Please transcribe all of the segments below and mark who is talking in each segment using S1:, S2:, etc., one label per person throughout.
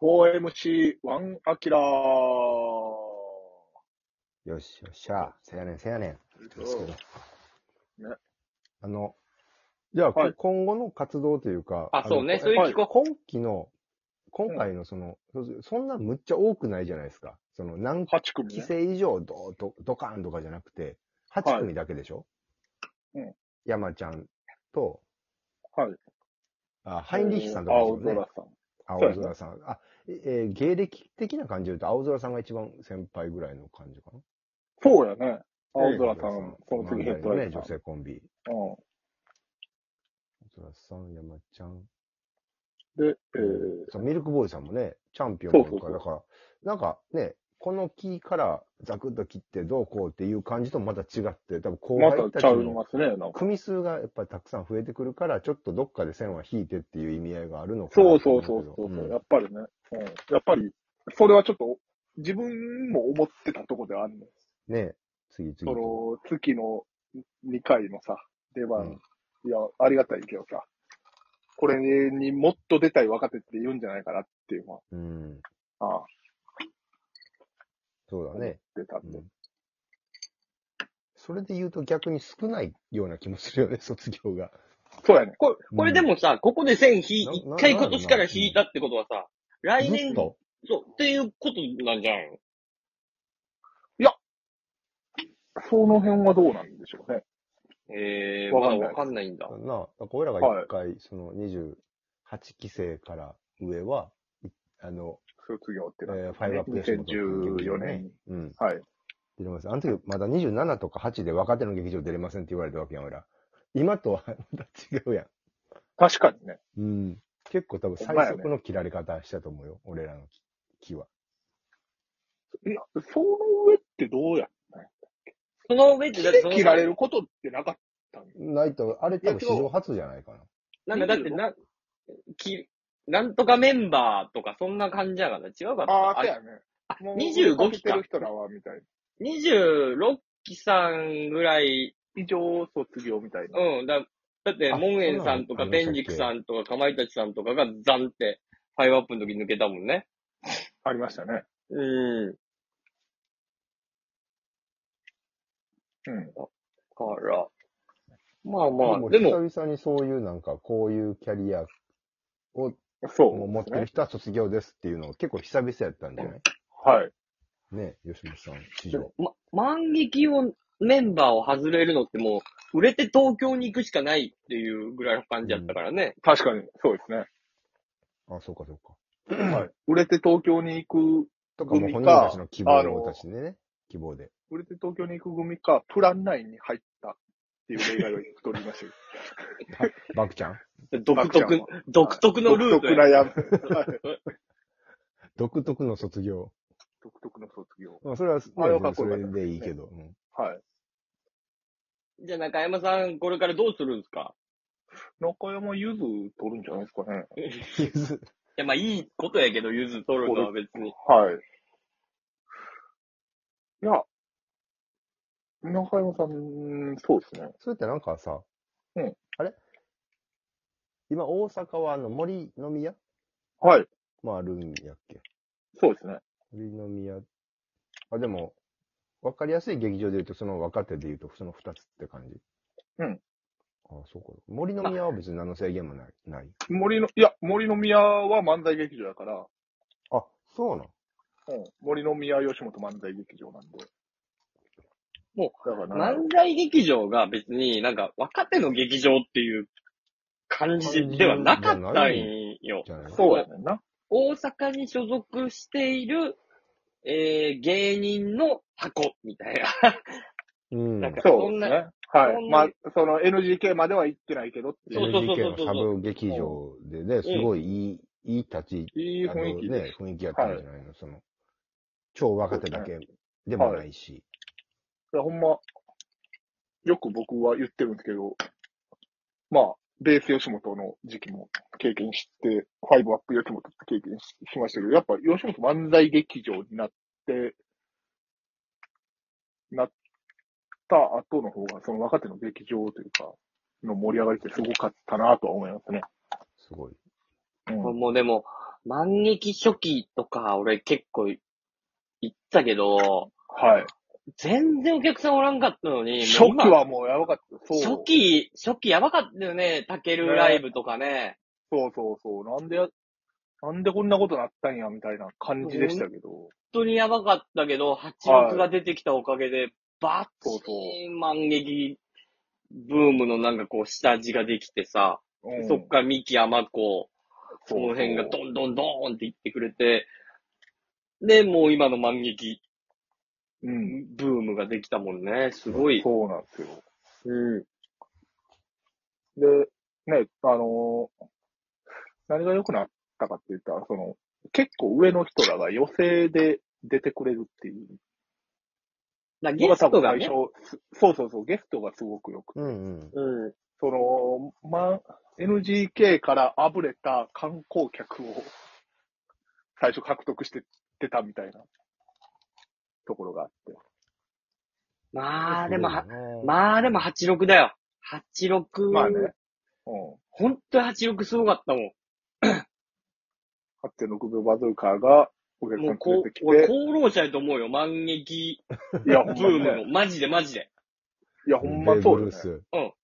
S1: OMC1 アキラー。
S2: よしよっしゃ。せやねん、せやねん。ですけど。
S1: ね
S2: あの、じゃあ、こ
S1: はい
S2: 今後の活動というか、
S3: あ、そうね。
S2: の
S3: そういう聞こ
S2: 今期の、今回のその、そんなむっちゃ多くないじゃないですか。その、何
S1: 8組
S2: 期
S1: ね。
S2: 生以上ど、ど、ドカーンとかじゃなくて、8組だけでしょ、
S1: うん
S2: 山ちゃんと、
S1: はい。
S2: あ、ハインリッヒさんとかですよ
S1: 青
S2: ね。
S1: 空さん。
S2: 青
S1: 空
S2: 空さん。あ、えー芸歴的な感じで言うと、青空さんが一番先輩ぐらいの感じかな。
S1: そうやね。青空さん、その次ヘッド
S2: 漫才の
S1: ライ
S2: ね、
S1: ンさん
S2: 女。性コンビ。
S1: うん
S2: 青空さん、山ちゃん。
S1: で、え
S2: そうミルクボーイさんもね、チャンピオンと
S1: そう
S2: か
S1: そうそう
S2: ら、だから、なんかね、この木からザクッと切ってどうこうっていう感じとまた違って、多分
S1: ー、
S2: 後
S1: ま
S2: 輩
S1: た
S2: た
S1: ち
S2: ち
S1: ゃいま
S2: の
S1: すね。なんか
S2: 組数がやっぱりたくさん増えてくるから、ちょっとどっかで線は引いてっていう意味合いがあるのか
S1: そう
S2: なと
S1: そ
S2: 思
S1: うそうそう。
S2: けど
S1: うんやっぱりね。うん、やっぱり、それはちょっと、自分も思ってたとこであんねん。
S2: ね、次々
S1: そ
S2: と。
S1: の、月の2回のさ、出番、
S2: うん
S1: いや、ありがたいけどさ、これにもっと出たい若手って言うんじゃないかなっていうのは、
S2: うん、
S1: ああ、
S2: そうだね。
S1: 出たん
S2: う
S1: で。
S2: んそれで言うと逆に少ないような気もするよね、卒業が。
S1: そうやね。
S3: これ、これでもさ、ここで線引い、
S2: な
S3: 一
S2: な
S3: 回今年から引いたってことはさ、来
S2: ずっ
S3: 年、そ
S2: と。
S3: う、っていうことなんじゃないの
S1: その辺はどうなんでしょうね。
S3: ええ
S1: わか
S3: まだ
S1: んない
S3: わかんないんだ。
S2: なあ、だから俺らが一回、その28期生から上は、いあの、
S1: 卒業って
S2: え
S1: なって、
S2: ーファイブアップ吉本
S1: 2014年に。
S2: うん。
S1: はい。
S2: 出れます。あの時まだ27とか8で若手の劇場出れませんって言われたわけやん、俺ら。今とはまた違うや
S1: 確かにね。
S2: ん。うん。結構多分最速の切られ方したと思うよ、俺らの木は。
S1: いや、その上ってどうや
S3: その上で、だってその、
S1: 切られることってなかっ。
S2: ないと、あれ多分史上初じゃないかな。
S3: なんかだってな、き、なんとかメンバーとかそんな感じやから、違うかった
S1: ああ、そう
S3: れ
S1: やね。
S3: あ
S1: もう
S3: 25
S1: 追い
S3: 期
S1: かけて
S3: か
S1: る。人らは、みたいな。
S3: 26期さんぐらい、
S1: 以上卒業みたいな。
S3: うん、だ、だって、
S2: あ
S3: モンエンさんとか、
S2: そうなの
S3: 天竺さんとか、かまいたちさんとかがザンって、ファイブアップの時抜けたもんね。
S1: ありましたね。
S3: うん。
S1: うん。
S3: から、まあまあ、
S2: で
S3: で
S2: も、
S3: も、
S2: 久々にそういうなんか、こういうキャリアを
S1: そう、
S2: 持ってる人は卒業ですっていうのを結構久々やったんじゃない
S1: はい。
S2: ね、吉本さん、史
S3: で
S2: 上
S3: も。ま、万劇を、メンバーを外れるのってもう、売れて東京に行くしかないっていうぐらいの感じやったからね。
S1: 確かに、そうですね。
S2: あ、そうかそうか。
S1: はい。売れて東京に行く、
S2: とかもう
S1: 海か
S2: 本人たちの希
S1: あの
S2: 望たちでね、希望で。
S1: 売れて東京に行く組か、プラン内に入ったっていう例外が一人いましたよ
S2: バクちゃん
S3: 独
S1: バクちゃん
S3: 特
S1: は、
S3: 独特 のルー
S1: 独
S3: ト
S1: 特な
S3: や。
S1: や、はい
S2: 独特の卒業。
S1: 独特の卒業。
S2: まあ、それは、ね
S1: あれはかっこ
S2: そ
S1: よかっ
S2: れ
S1: た
S2: でいいけど。うん
S1: はい。
S3: じゃあ中山さん、これからどうするんですか
S1: 中山ゆず取るんじゃないですかね。
S2: ゆず
S3: いや、まあいいことやけど、ゆず取るのは別に。
S1: はい。いや、中山さん、そうですね。
S2: それってなんかさ、
S1: うん
S2: あれ今、大阪はあの森の宮
S1: はい。
S2: もあるんやっけ
S1: そうですね。
S2: 森の宮。あ、でも、わかりやすい劇場で言うと、その若手で言うと、その二つって感じ。
S1: うん。
S2: あそうか。森の宮は別に何の制限もない。ない。
S1: 森の、いや、森の宮は漫才劇場だから、
S2: あ、そうなん。
S1: うん、森の宮吉本漫才劇場なんで。
S3: も
S1: う、だからな
S3: 漫才劇場が別になんか若手の劇場っていう感じではなかったんよ。
S2: じゃない
S1: そうやねんな。
S3: 大阪に所属している、えー、芸人の箱みたいな。
S2: うん。
S3: なんか
S1: そうですね。は
S3: そ
S1: い。
S3: ん
S1: ま
S3: な
S1: あ、その NGK までは行ってないけどっていう。
S3: そうそうそ
S2: NGK
S3: うそう
S2: のサブ劇場でね、すごいいい、いい立ち、
S1: いい雰囲気
S2: あ
S1: で
S2: の
S1: す。
S2: ね、雰囲気やったんじゃないの、その、超若手だけでもないし。
S1: いや、ほんま、よく僕は言ってるんですけど、まあ、ベース吉本の時期も経験して、ファイブアップ吉本って経験ししましたけど、やっぱ吉本漫才劇場になって、なった後の方が、その若手の劇場というか、の盛り上がりってすごかったなとは思いますね。
S2: すごい。
S1: うん
S3: もうでも、万劇初期とか、俺結構行ったけど、
S1: はい。
S3: 全然お客さんおらんかったのに、
S1: 初期
S3: もう今
S1: はもうやばかった。そう。
S3: 初期、初期やばかったよね。タケルライブとかね。
S1: そうそうそう。なんでや、なんでこんなことなったんや、みたいな感じでしたけど。
S3: 本当にやばかったけど、八六が出てきたおかげで、バッ
S1: そう
S3: チ
S1: そう
S3: リ万劇ブームのなんかこう下地ができてさ、
S1: うん
S3: そっからミキ、アマコ、その辺が
S1: そう
S3: どんどんどーんっていってくれて、で、もう今の万劇
S1: そううん。
S3: ブームができたもんね。すごい。
S1: そうなんですよ。
S3: うん。
S1: で、ね、あのー何が良くなったかって言ったら、その、結構上の人らが予選で出てくれるっていう
S3: だから
S1: の
S3: ゲ
S1: が多
S3: スト
S1: 分
S3: が
S1: 最初
S3: ね、、
S1: すそうそうそう、ゲストがすごくよくて、
S2: うんうん。
S3: うん。
S1: その、ま、NGK からあぶれた観光客を最初獲得してってたみたいなところがあって。
S3: まあ、でも、は
S2: あ、
S3: まあでも86だよ。86。
S1: まあね。うん。
S3: ほんと86すごかったもん。
S1: 8.6秒バズーカーがお客
S3: も
S1: さ
S3: うんこ
S1: 連
S3: う
S1: れてき、
S3: 俺
S1: て、
S3: 功労者やと思うよ。万劇
S1: いや、ほん
S3: ブー
S1: ま
S3: ム
S1: ね
S3: の。。マジでマジで。
S1: いや、ほんまそうですね。
S2: ね。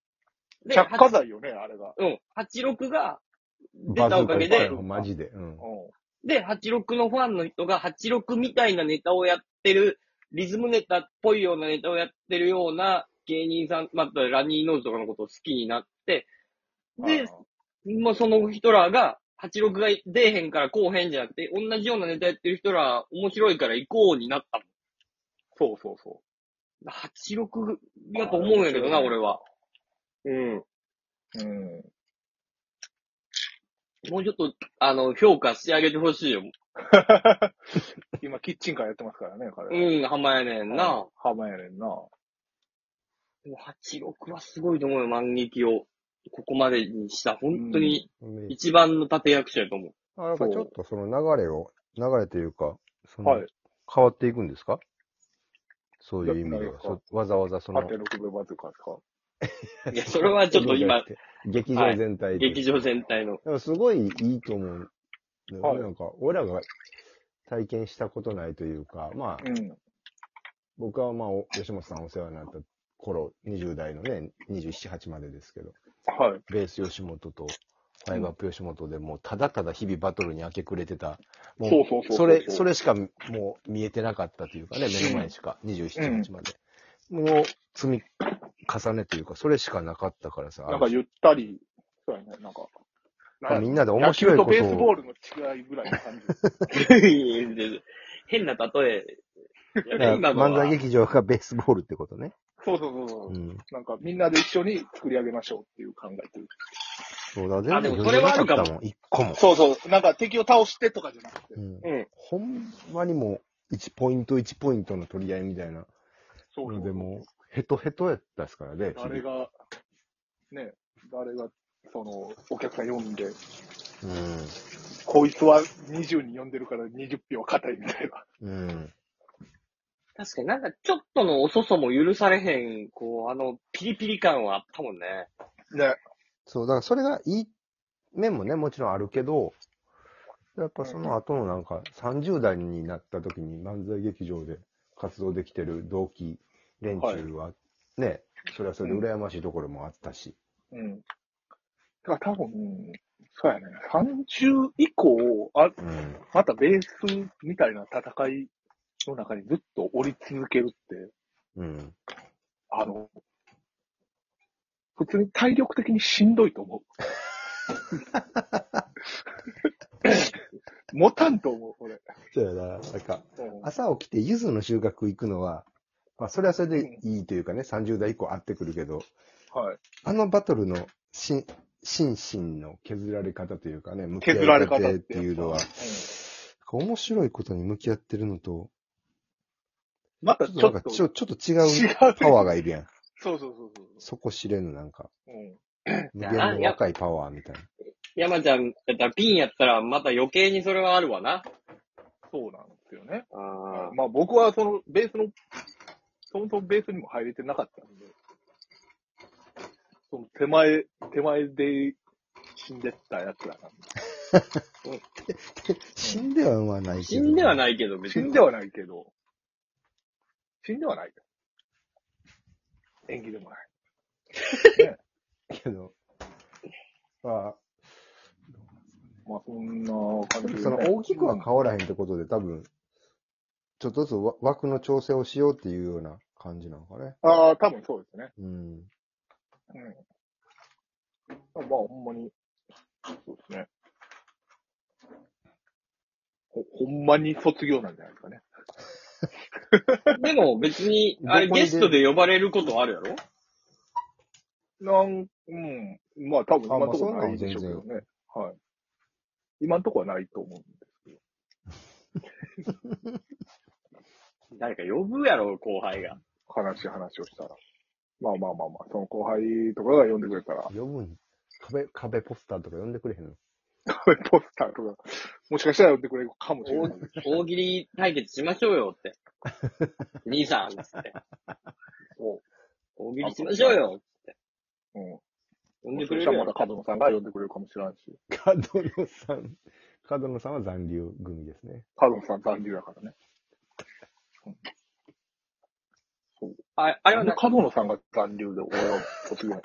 S3: で、
S1: 着火
S3: はち
S1: 剤よね、あれが。
S3: うん。86が出
S2: バズ
S3: た
S2: ー
S3: お
S2: カ
S3: かげ
S2: いっぱい
S3: で
S2: ある、マジで。うん。
S1: う
S3: で、86のファンの人が86みたいなネタをやってる、リズムネタっぽいようなネタをやってるような芸人さん、まあ、ラニーノーズとかのことを好きになって、
S1: ん。
S3: で、もうその人らが、86が出えへんからこうへんじゃなくて、同じようなネタやってる人ら面白いから行こうになったもん。
S1: そうそうそ
S3: 86やと思うんやけどな、
S1: あー
S3: 俺は。うん。
S1: う。うん。
S3: もうちょっと、あの、評価してあげてほしいよ。
S1: 今、キッチンカーやってますからね、彼。
S3: うん、浜やねんな。。
S1: 浜やねんな。
S3: でも86はすごいと思うよ、万劇を。ここまでにした、本当に一番の立役者やと思う。
S2: あ、なんかちょっとその流れを、流れというか、その
S1: はい。
S2: 変わっていくんですかそういう意味
S1: い
S2: で
S1: や
S2: は。そわざわざその、
S1: 8.6秒バズーカーですか。
S3: いや、それはちょっと今、、
S2: 劇場全体で。
S3: 劇場全体の。
S2: でもすごいいいと思う。
S1: はい
S2: なんか、俺らが体験したことないというか、まあ、
S1: うん。
S2: 僕はまあ、お吉本さんお世話になった頃、20代のね、27、8までですけど、
S1: はい。
S2: ベース吉本と、ファイブアップ吉本でもう、ただただ日々バトルに明け暮れてた、も
S1: そうそうそう。
S2: それ、そ
S1: れ。
S2: れしかもう見えてなかったというかね、目の前しか、
S1: うん
S2: 27、8まで。もう、積み重ねというか、それしかなかったからさ、
S1: なんかゆったり、そうやね、なんか。
S2: あみんなで面
S1: 野
S2: 白
S1: 球
S2: いことと
S1: ベースボ
S2: を
S1: ー、ルの違いぐらいの 感じ。
S3: 変な例えやね。今のは
S2: 漫才劇場がベースボールってことね。
S1: そうそうそうそうう。
S2: ん。
S1: なんか、みんなで一緒に作り上げましょうっていう考えという。
S2: そうだ、
S3: あ
S2: 全
S3: で
S2: 然
S3: もそれはあるかも
S2: 余裕なったん。一個も。
S1: そうそう。なんか敵を倒してとかじゃなくて。
S2: うん。
S3: うん。
S2: ほんまにもう、1ポイント1ポイントの取り合いみたいな。
S1: そうそう。
S2: でも、ヘトヘトやったですからね。
S1: 誰が、ね、誰が、その、お客さん呼んで、こいつは20人呼んでるから20票硬いみたいな。
S2: うん。うん。
S3: 確かになんかちょっとの遅さも許されへん、こう、あの、ピリピリ感はあったもんね。
S1: ね。
S2: そう、だからそれがいい面もね、もちろんあるけど、やっぱその後のなんか、30代になった時に漫才劇場で活動できてる同期連中は、ね、それはそれで羨ましいところもあったし。
S1: うん。だから多分、そうやね。30以降、あ
S2: うん。
S1: またベースみたいな戦いの中にずっと降り続けるって、
S2: うん。
S1: あの、普通に体力的にしんどいと思う。持たんと思う、俺。
S2: そうやな、なんか、
S1: うん
S2: 朝起きて柚子の収穫行くのは、まあ、それはそれでいいというかね、30代以降合ってくるけど、
S1: はい。
S2: あのバトルのし心身の削られ方というかね、向き合い
S1: 削られ方
S2: 方
S1: っ
S2: ってていうのは、面白いことに向き合ってるのと、
S1: また
S2: ちょっ
S1: ち
S2: と
S1: ょ
S2: なん
S1: っ
S2: か
S1: と
S2: ちょちょっと違
S1: 違
S2: う
S1: う。
S2: パワーがいるやん。
S1: そうそうそうそう。
S2: そこ知れぬなんか、
S1: うん
S2: 無限の若いパワーみたいな。
S3: 山ちゃんだったらピンやったらまた余計にそれはあるわな。
S1: そうなんですよね。
S3: あ
S1: まあ僕はそのベースの、そもそもベースにも入れてなかったんで、その手前、手前で死んでったやつらなんで。
S2: 死んでははないけ
S3: 死
S2: ど。。
S3: んではいないけど、別
S1: 死
S3: に。
S1: んではないけど、死んではないよ。演技でもない。
S2: けど。まあ、
S1: まあ、そんな感じで、
S2: その大きくは変わらへんってことで、多分、ちょっとずつわ枠の調整をしようっていうような感じなのかね。
S1: ああ、多分そうですね。
S2: うん。
S1: うん。まあ、ほんまに、そうですね。ほ、ほんまに卒業なんじゃないですかね。
S3: でも別に、あれ
S2: どこに出
S3: ゲス
S2: る
S3: トで呼ばれることあるやろ
S1: なん、うん。まあ、多分今のところないでしょうけどね。はい。今のところはないと思うんですけど。
S3: 誰か呼ぶやろ、後輩が。
S1: 話、話をしたら。まあまあまあまあ、その後輩とかが呼んでくれたら、
S2: 呼ぶん、壁、壁ポスターとか呼んでくれへんの。
S1: これポスターとか、もしかしたら呼んでくれるかもしれない。
S3: 大喜利対決しましょうよ って。兄さん、つって。
S1: お
S3: 大喜利しましょうよ。
S1: うん。
S3: 呼ん
S1: も
S3: で
S1: し
S3: く
S1: か
S3: れ
S1: した
S3: る
S1: らま
S3: やろ
S1: た。角野さんが呼んでくれるかもしれないし、
S2: 角野さん。角野さんは残留組ですね。
S1: 角野さん残留だからね。
S3: ああれは
S1: なんで
S3: な、
S1: 角野さんが残留で俺は卒業。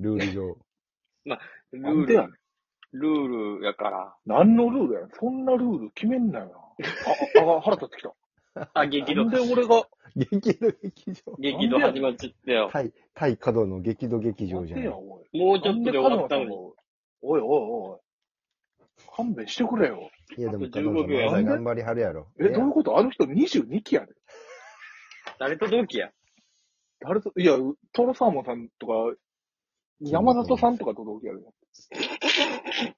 S2: ルール上。
S3: ル
S1: なん
S3: ー
S1: でやね
S3: ル
S1: ん。。
S3: ルール やか
S1: 何のルールやねん。そんなルール決めんなよな。あ、あ、腹立ってきた。
S3: ら。あ、激
S1: な
S3: 怒
S1: ん。で俺が、
S2: 激怒劇場。
S3: 激怒始まっちゃったよ。
S2: 対、対角の激怒劇
S1: な
S2: 場
S1: ん
S2: じ
S1: で
S2: ゃない。
S1: や、おい。
S3: もうちょっとで終わったの
S1: なんで角野さんが
S3: に。
S1: おいおいおい。勘弁してくれよ。
S2: いや、でも
S3: あと
S2: 角野さん、
S3: 15秒
S1: や
S2: 漫才頑張りはるやろ。
S1: え、どういうことあの人22期やで。
S3: 誰と同期や。
S1: 誰と、いや、トロサーモンさんとか、山里さんとかと同期やで。